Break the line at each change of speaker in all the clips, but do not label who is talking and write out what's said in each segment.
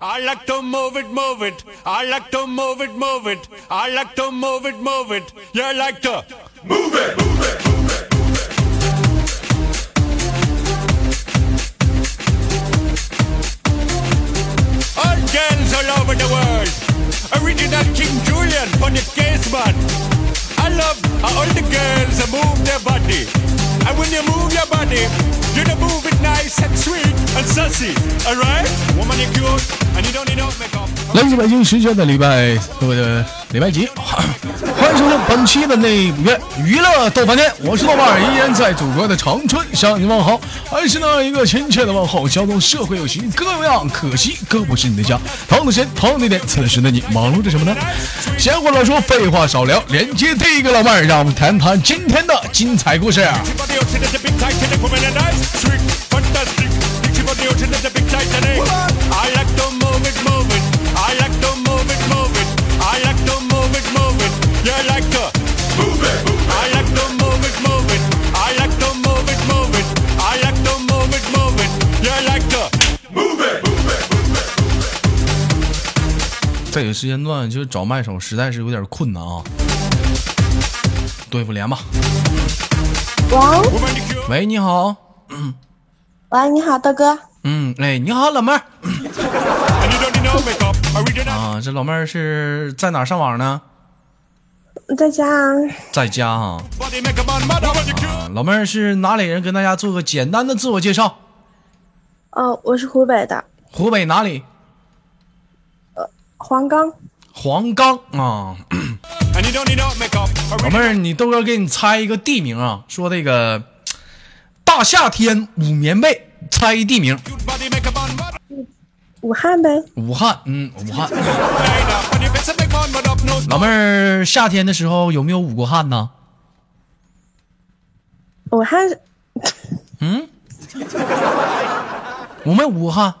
I like to move it, move it. I like to move it, move it. I like to move it, move it. You like to move it, move it. All girls all over the world. Original King Julian from the casement. I love how all the girls move their body. And when you move your body, you to move it nice and sweet and sassy. Alright? Woman, you cute and you don't need no makeup.
来自北京时间的礼拜各位的礼拜几，欢迎收听本期的内娱娱乐豆瓣天，我是豆瓣儿，依然在祖国的长春向你问好，还是那一个亲切的问候，交通社会有形，各有样，可惜哥不是你的家。同样的时间，同样的地点，此时的你忙碌着什么呢？闲话少说，废话少聊，连接第一个老妹儿，让我们谈谈今天的精彩故事。啊
Chip on the ocean is a big titan, a woman and ice. Sweet, fantastic. The chip on the ocean is a big titan, eh? I like to move it, move it. I like to move it, move it. I like to move it, move it. You like to move it. I like to move it, move it. I like to move it, move it. I like to move it, move it. You like to move it.
这个时间段就是找麦手实在是有点困难啊，对付连吧。
喂
Woman, you cute.
喂，你好，
喂，你好，豆哥。
嗯，哎，你好，老妹儿
And you don't need no makeup. Original.
啊，这老妹儿是在哪儿上网呢？
在家啊，
在家啊，
Body make a man mad. Woman, you cute.
啊老妹儿是哪里人？跟大家做个简单的自我介绍。
哦，我是湖北的
湖北哪里？
黄冈。
黄冈啊，
And you don't need no makeup.
老
Original.
妹儿，你豆哥给你猜一个地名啊，说这个大夏天捂棉被，猜一地名，
Cute body make a man mad.
武汉呗，
武汉，嗯，武汉。
Hey, now, when you face a big man mad up, no
老妹儿，夏天的时候有没有捂过汗呢？
武汉
嗯，我没捂汗，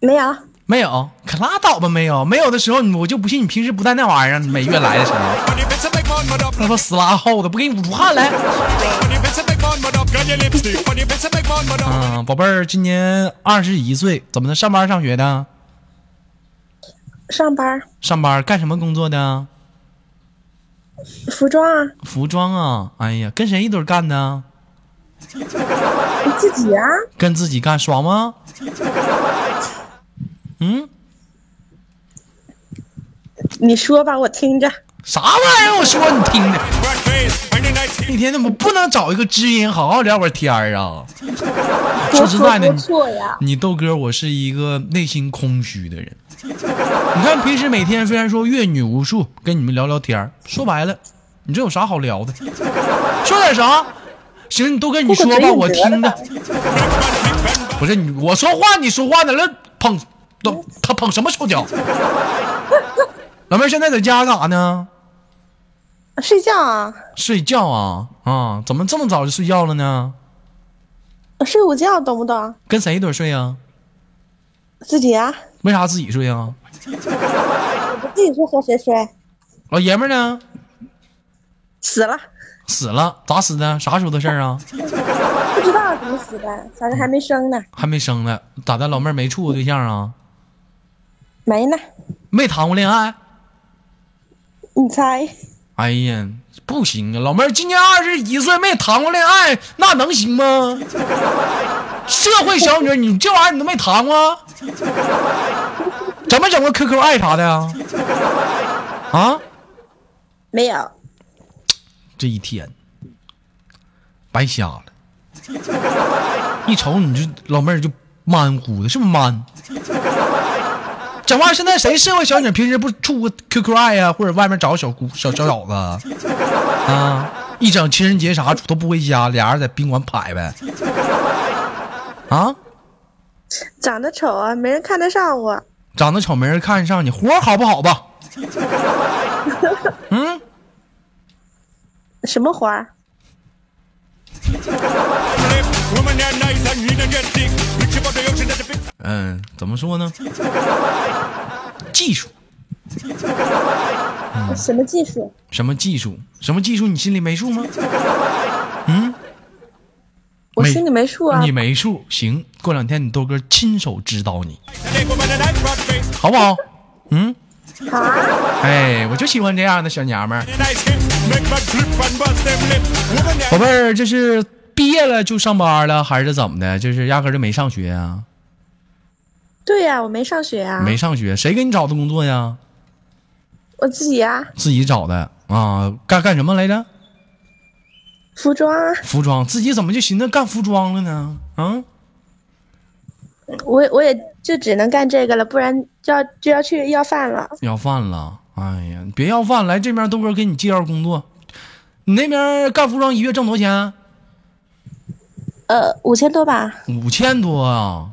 没有，
没有，可拉倒吧，没有，没有的时候，你我就不信你平时不带那玩意儿。你每月来的时候，
When you face a big man mad up,
他说死拉厚的，不给你捂出汗来。
When you face a big man mad up, girl, your lipstick. When you face a big man mad up.
嗯，宝贝儿，今年二十一岁，怎么的？上班上学的？
上班儿，
上班干什么工作的？
服装啊，
服装啊，哎呀，跟谁一堆儿干的？
你自己啊，
跟自己干，爽吗？ 嗯，
你说吧，我听着。
啥玩意儿？我说你听着，
Brad face, any nice
一
heat.
天怎么不能找一个知音好好聊会儿天儿啊？说
多
实在
说
的
多错呀，
你豆哥，我是一个内心空虚的人。 你看，平时每天虽然说阅女无数，跟你们聊聊天儿说白了，你这有啥好聊的？ 说点啥？行，你豆哥你说吧，我听着。 不是你，我说话你说话在那捧，都他捧什么臭脚？ 老妹儿现在在家干啥呢？
睡觉啊，
睡觉啊啊！怎么这么早就睡觉了呢？
睡午觉懂不懂？
跟谁一堆睡啊？
自己啊，
为啥自己睡啊？
我自己睡和谁睡？
老爷们儿呢？
死了，
死了，咋死的？啥时候的事儿啊？
不知道怎么死的，反正还没生呢，
还没生呢，咋的？老妹儿没处过对象啊？
没呢。
没谈过恋爱？
你猜？
哎呀，不行啊！老妹儿今年二十一岁，没谈过恋爱，那能行吗？社会小女，你这玩意儿你都没谈过，怎么整个 QQ 爱啥的呀？啊，
没有，
这一天白瞎了。 一瞅你就老妹儿就蛮乎的，是不是蛮？ 讲话现在谁社会小女平时不处个 QQ 爱呀、或者外面找个小姑小小小子 啊啊？一整情人节啥都不回家，俩人在宾馆拍呗啊？
长得丑啊，没人看得上我。
长得丑没人看上你，活儿好不好吧？嗯，
什么花儿？
Flip. Woman, they're nice and you don't get thick. Reach about the ocean at the big
嗯，怎么说呢？技术
什么技术？
什么技术？什么技术？你心里没数吗？嗯，
我心里没数啊
你。没数，行，过两天你豆哥亲手指导你，
Today, woman, and I brought face
好不好？嗯，
好啊，
哎，我就喜欢这样的小娘们儿。
and I skip. Make my grip and bust them lip. Woman,
宝
and
贝儿，这是毕业了就上班了，还是怎么的？就是压根儿就没上学啊？
对呀、我没上学啊，
没上学，谁给你找的工作呀？
我自己啊，
自己找的啊？干干什么来着？
服装啊，
服装，自己怎么就寻思干服装了呢？啊，
我我也就只能干这个了，不然就要就要去要饭了。
要饭了，哎呀，你别要饭，来这边豆哥给你介绍工作。你那边干服装一月挣多少钱？啊
呃，五千多吧，
五千多啊！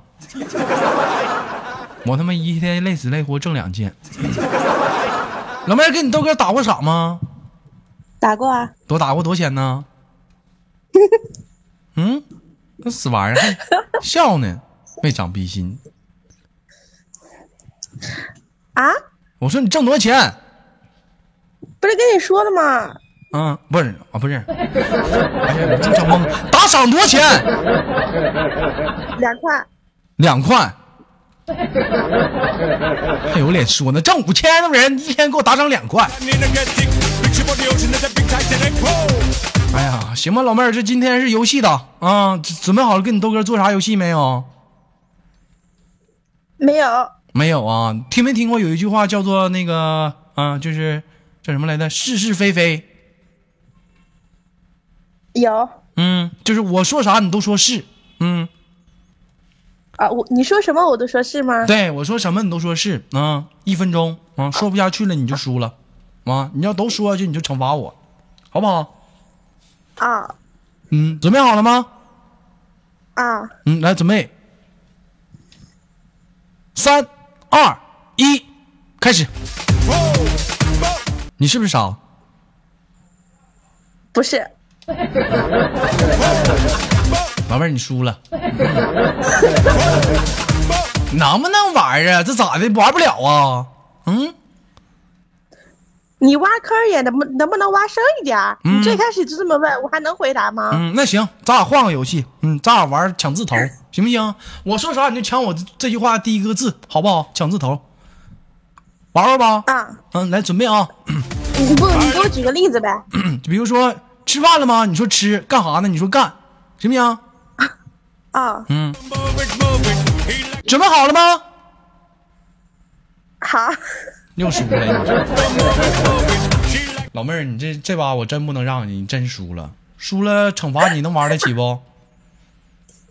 我他妈一天累死累活挣两千。老妹儿给你豆哥打过赏吗？
打过啊，
多打过多少钱呢？嗯，那死玩意儿还笑呢，没长逼心。
啊，
我说你挣多少钱？
不是跟你说了吗？
啊，不是啊，不是，哎呀我正整懵。打赏多少钱？
两块，
两块。还有脸说呢？挣五千的人一天给我打赏两块。
in a get dick. Big ship on the ocean and a big Titanic. Whoa!
哎呀，行吧，老妹儿，这今天是游戏的啊，准准备好了跟你豆哥做啥游戏没有？
没有，
没有啊，听没听过有一句话叫做那个啊，就是叫什么来着？是是非非。
有
嗯，就是我说啥你都说是，嗯，
啊，我你说什么我都说是吗？
对我说什么你都说是啊，一分钟啊，说不下去了你就输了，啊，你要都说下去你就惩罚我，好不好？
啊
嗯，准备好了吗？
啊，
嗯，来准备，三二一，开始。
Whoa! Whoa!
你是不是傻？
不是，
老妹儿，你输了，能不能玩啊？这咋的？玩不了啊？嗯，
你挖坑也能不能不能挖深一点儿？你最开始就这么问，我还能回答吗？
嗯，那行，咱俩换个游戏，嗯，咱俩玩抢字头，行不行？我说啥你就抢我这这句话第一个字，好不好？抢字头，玩玩吧。
啊，
嗯，来准备啊。
你不你给我举个例子呗？
嗯比如说吃饭了吗？你说吃，干啥呢？你说干，行不行？
啊，
嗯，
Move it, move it. He likes
准备好了吗？
好，
又输了，你说
She likes
老妹儿，你这这把我真不能让你，你真输了，输了惩罚你能玩得起不？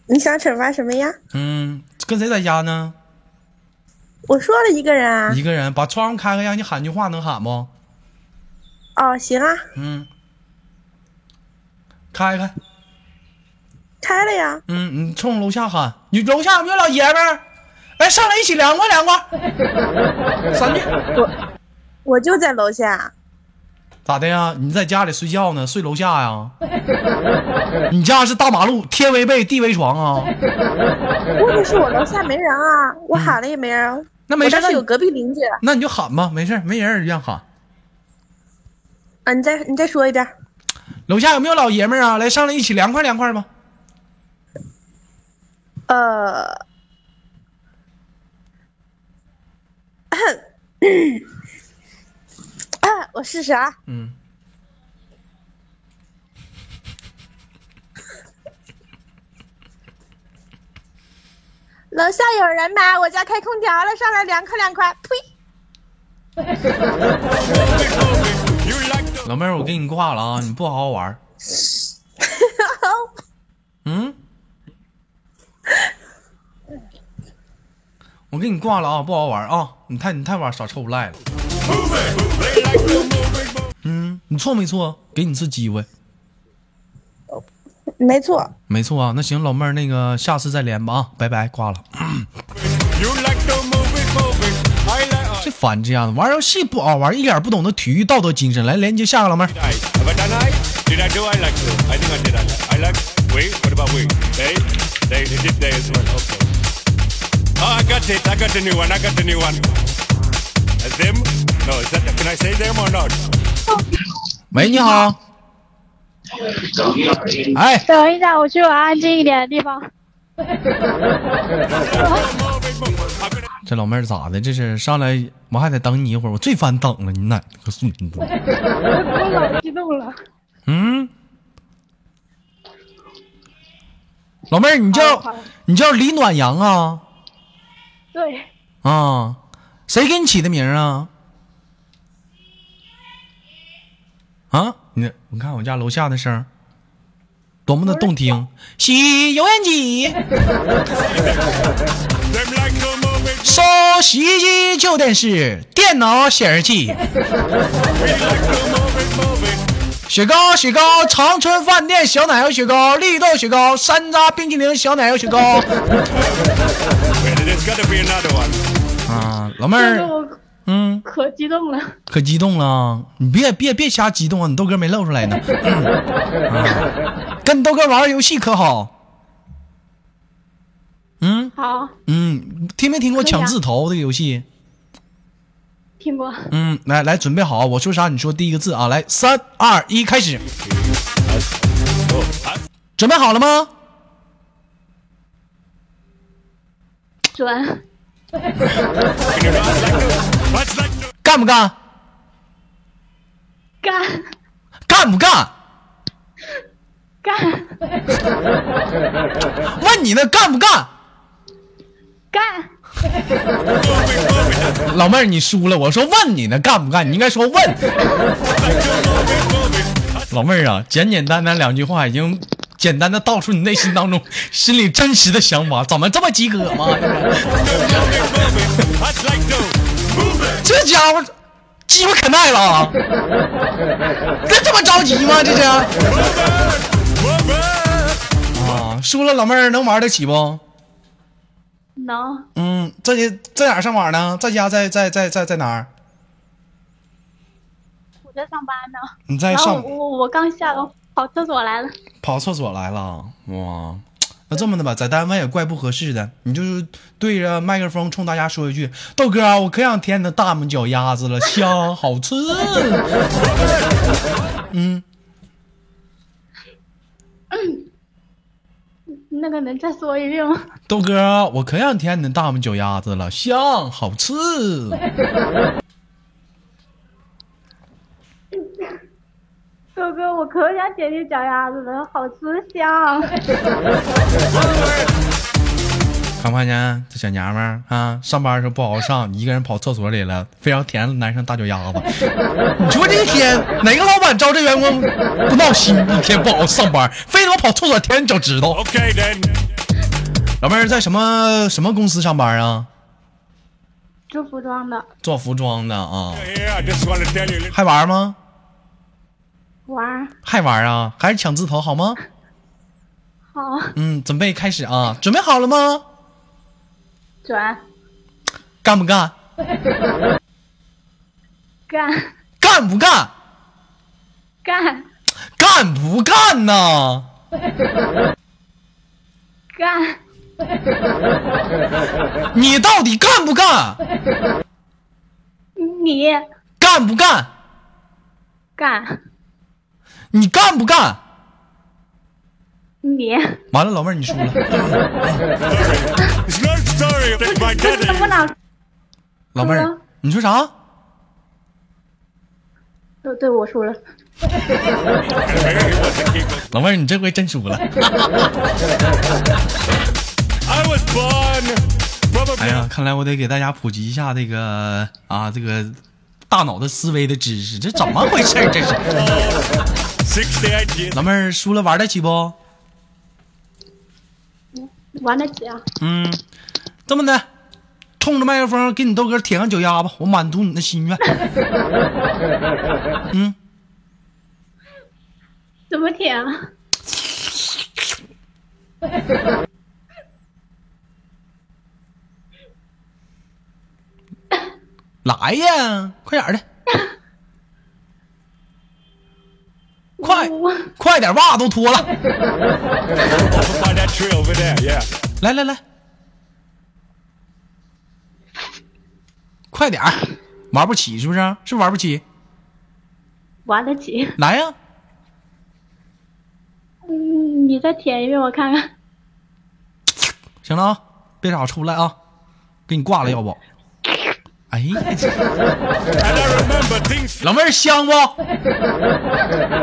你想惩罚什么呀？
嗯，跟谁在家呢？
我说了一个人啊。
一个人，把窗户开开，让你喊句话，能喊不？
哦，行啊，
嗯，开开，
开了呀。
嗯，你冲楼下喊，你楼下有没有老爷们儿？来，上来一起凉快凉快。三句，
我就在楼下，
咋的呀？你在家里睡觉呢，睡楼下呀？ 你家是大马路，天为被，地为床啊？
问题是我楼下没人啊，我喊了也没人。
嗯
啊
那没事
我
那
倒是
你
有隔壁邻居
那你就喊吧，没事儿，没人儿一样喊。
啊。你再你再说一遍，
楼下有没有老爷们儿啊？来，上来一起凉快凉快吧。
呃，啊，我试试啊。
嗯。
楼下有人吗？我家开空调了，上来凉快凉快。呸！
You like the
老妹儿，我给你挂了啊，你不好好玩儿。
哦
嗯，我给你挂了啊，不好玩儿啊！你太你太玩耍臭无赖了。
move it. They like the move it, move
嗯，你错没错？给你一次机会，
没错，
没错啊。那行，老妹儿，那个下次再连吧啊，拜拜，挂了。
it. You like the move it, move it. I like. I
这烦这样的，玩游戏不好玩，一点不懂得体育道德精神。来连接下个老妹儿，
I. Have I done I? Did I do I like to? I think I did. I like. I like. Wait. What about wait? They. They. They did they as well. Okay. Oh, I got it. I got the new one. I got the new one. As them? No. Is that? Can I say them or not?
喂，你好，哎，
等一下，我去个安静一点的地方。
这老妹儿咋的？这是上来我还得等你一会儿，我最烦等了，你奶奶个孙子！
我老激动了。
嗯，老妹儿，你
好了
叫
好了
你叫李暖阳啊
对，
啊？谁给你起的名儿啊？啊，你你看我家楼下的声儿，多么的动听！洗油烟机，
Them like to move it,
收洗衣机、旧电视、电脑显示器。
we like to move it, move it.
雪糕，雪糕，长春饭店小奶油雪糕，绿豆雪糕，山楂冰淇淋小奶油雪 糕。
Well, there's gotta be another one.
啊，老妹
这是
儿，
我
嗯，
可激动了。
可激动了，你别别别瞎激动啊，你豆哥没露出来呢。嗯啊跟豆哥玩玩游戏可好？嗯
好，
嗯，听没听过
可以
抢
啊
字头这个游戏？
听过。
嗯，来来，准备好，我说啥你说第一个字啊，来，三二一，开始。准备好了吗？
准
What's like to
干不干？
干
干不干？
干
问你呢，干不干？
干，
move it, move it,
老妹儿，你输了。我说问你呢，干不干？你应该说问。
like to move it, move it.
老妹儿啊，简简单单两句话，已经简单的道出你内心当中 心里真实的想法。怎么这么及格啊吗？
Them love it, move it. What's like to move it,
这家伙鸡巴可耐了啊！这这么着急吗？这是啊，
move it, move it.
输了，老妹儿能玩得起不？
能
嗯，这些在哪儿上网呢？在家在在在在在哪儿？
我在上班呢。
你在
然后
上
哦我我我刚下楼跑厕所来了。
跑厕所来了，哇！那这么的吧，在单位也怪不合适的，你就是对着麦克风冲大家说一句：“豆哥啊，我可想舔你的大拇脚丫子了，香，好吃。”
那个能再说一遍吗？
豆哥啊，我可想舔你的大拇脚丫子了，香，好吃。
哥哥，我可想点你脚丫子了，好吃 香。
看不看见这小娘们儿啊？上班的时候不好好上，你一个人跑厕所里了，非要舔男生大脚丫子。你说这一天哪个老板招这员工不闹心？一天不好好上班，非得我跑厕所舔你脚趾头。
Okay then.
老妹儿在什么什么公司上班啊？
做服装的
做服装的啊？
Here, I just want to tell you.
还玩吗？
玩儿
还玩啊？还是抢字头好吗？
好
嗯，准备开始啊！准备好了吗？
准
干不干？
干
干不干？
干
干不干呐？
干
你到底干不干？
你
干不干？
干
你干不干？
你，
完了，老妹儿你输了。
It's not story that my
这
daddy.
怎么老？
老妹
什
儿
么，
你说啥？
对哦对，我输了。
He was a giggle.
老妹儿，你这回真输了。
I was born probably
哎呀，看来我得给大家普及一下这个啊，这个大脑的思维的知识，这怎么回事儿？这是。
68 years.
老妹儿输了玩得起不？
玩得起啊？
嗯，这么的，冲着麦克风给你豆哥舔个脚丫吧，我满足你的心愿。
怎么舔啊？
来呀，快点儿的，快
我
快点，袜子都脱了。
Over by that tree over there, yeah.
来来来，快点儿，玩不起是不是？是不是玩不起？
玩得起，
来呀，
嗯你再舔一遍我看看。
行了啊，别找出不来啊，给你挂了，要不？哎呀，
And I remember things
老妹儿香不？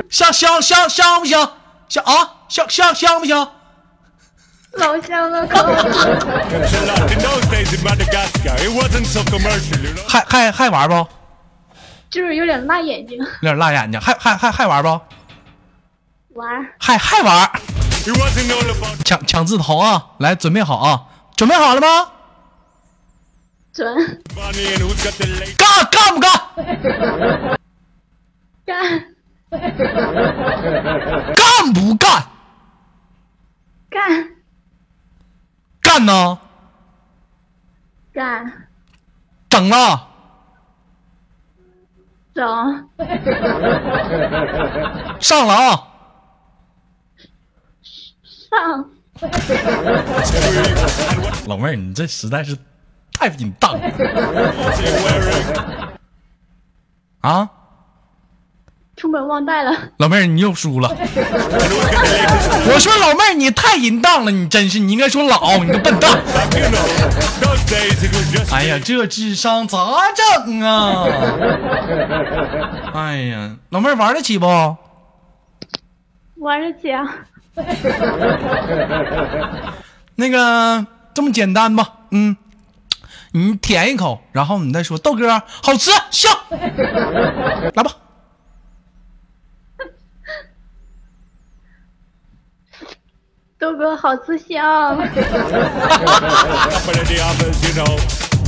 香香香香不香？香啊，香香香不香？
老乡了，可恶
a lot. In those days in Madagascar, it wasn't so commercial, you know.
还还还玩不？
就是有点辣眼睛。
有点辣眼睛，还还还还玩不？
玩儿，
还还玩？
It wasn't all about
抢抢字头啊！来，准备好啊！准备好了吗？
准
money and who's got the late.
干干不干？干不
干
干？
干
干呢？
干
整了，啊
整
上了啊！
上
老妹儿，你这实在是太淫荡了
wearing.
啊！
出门忘带了，
老妹儿，你又输了。我说老妹儿，你太淫荡了，你真是，你应该说老，你个笨蛋。
Like, you know, those days it was just
哎呀，这智商咋整啊？哎呀，老妹儿玩得起不？
玩得起啊？
那个这么简单吧，嗯，你舔一口，然后你再说豆哥好吃香，来吧，
豆哥好啊吃香，
couple of the others, you know,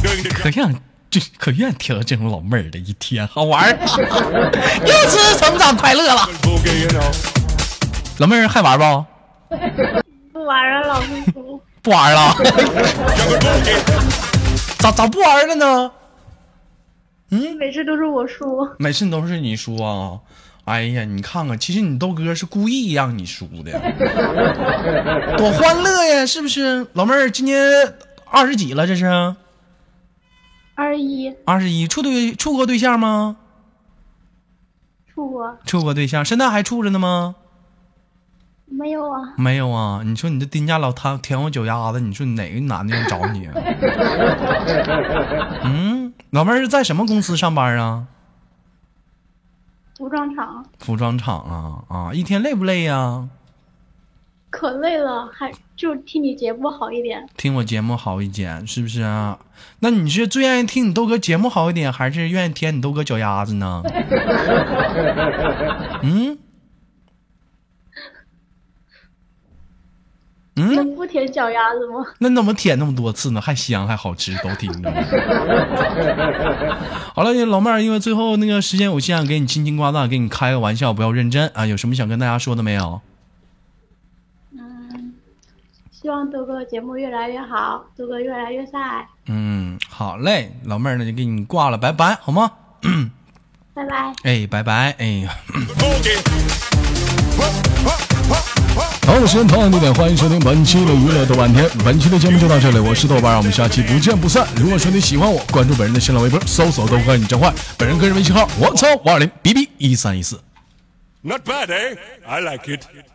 doing the
可愿这可愿听这种老妹儿的一天好玩儿， 又吃成长快乐了。
jungle boogie, you know.
老妹儿还玩不？
不玩了，老公公。
不玩 了，
Jungle boogie,
咋咋不玩了呢？
每次都是我输，
每次都是你输啊！哎呀，你看看，其实你豆哥是故意让你输 的，多欢乐呀，是不是？老妹儿今年二十几了，这是
二十一
二十一，处对处过对象吗？
出国
处过对象，现在还处着呢吗？
没有啊？
没有啊！你说你这丁家老汤舔我脚丫子，你说哪个男的愿找你、啊？嗯，老妹儿是在什么公司上班啊？
服装厂
服装厂啊啊！一天累不累啊呀、
可累了，还就听你节目好一点，
听我节目好一点，是不是啊？那你是最愿意听你豆哥节目好一点，还是愿意舔你豆哥脚丫子呢？嗯嗯，
能不舔脚丫子吗？
那你怎么舔那么多次呢？还香还好吃，都听着。 好了，老妹儿，因为最后那个时间有限，给你轻轻挂断，给你开个玩笑，不要认真啊。有什么想跟大家说的没有？
希望豆哥节目越来越好，豆哥越来越帅，
嗯，好嘞，老妹儿，那就给你挂了，拜拜，好吗？
拜拜。
哎，拜拜，哎呀。
boogie. Whoa, whoa.
同样时间，同样地点，欢迎收听本期的娱乐豆瓣天。本期的节目就到这里，我是豆瓣儿，我们下期不见不散。如果说你喜欢我，关注本人的新浪微博，搜索“豆哥你真坏”，本人个人微信号：我操五二零 b b 一三一四。
Not bad, eh? I like it.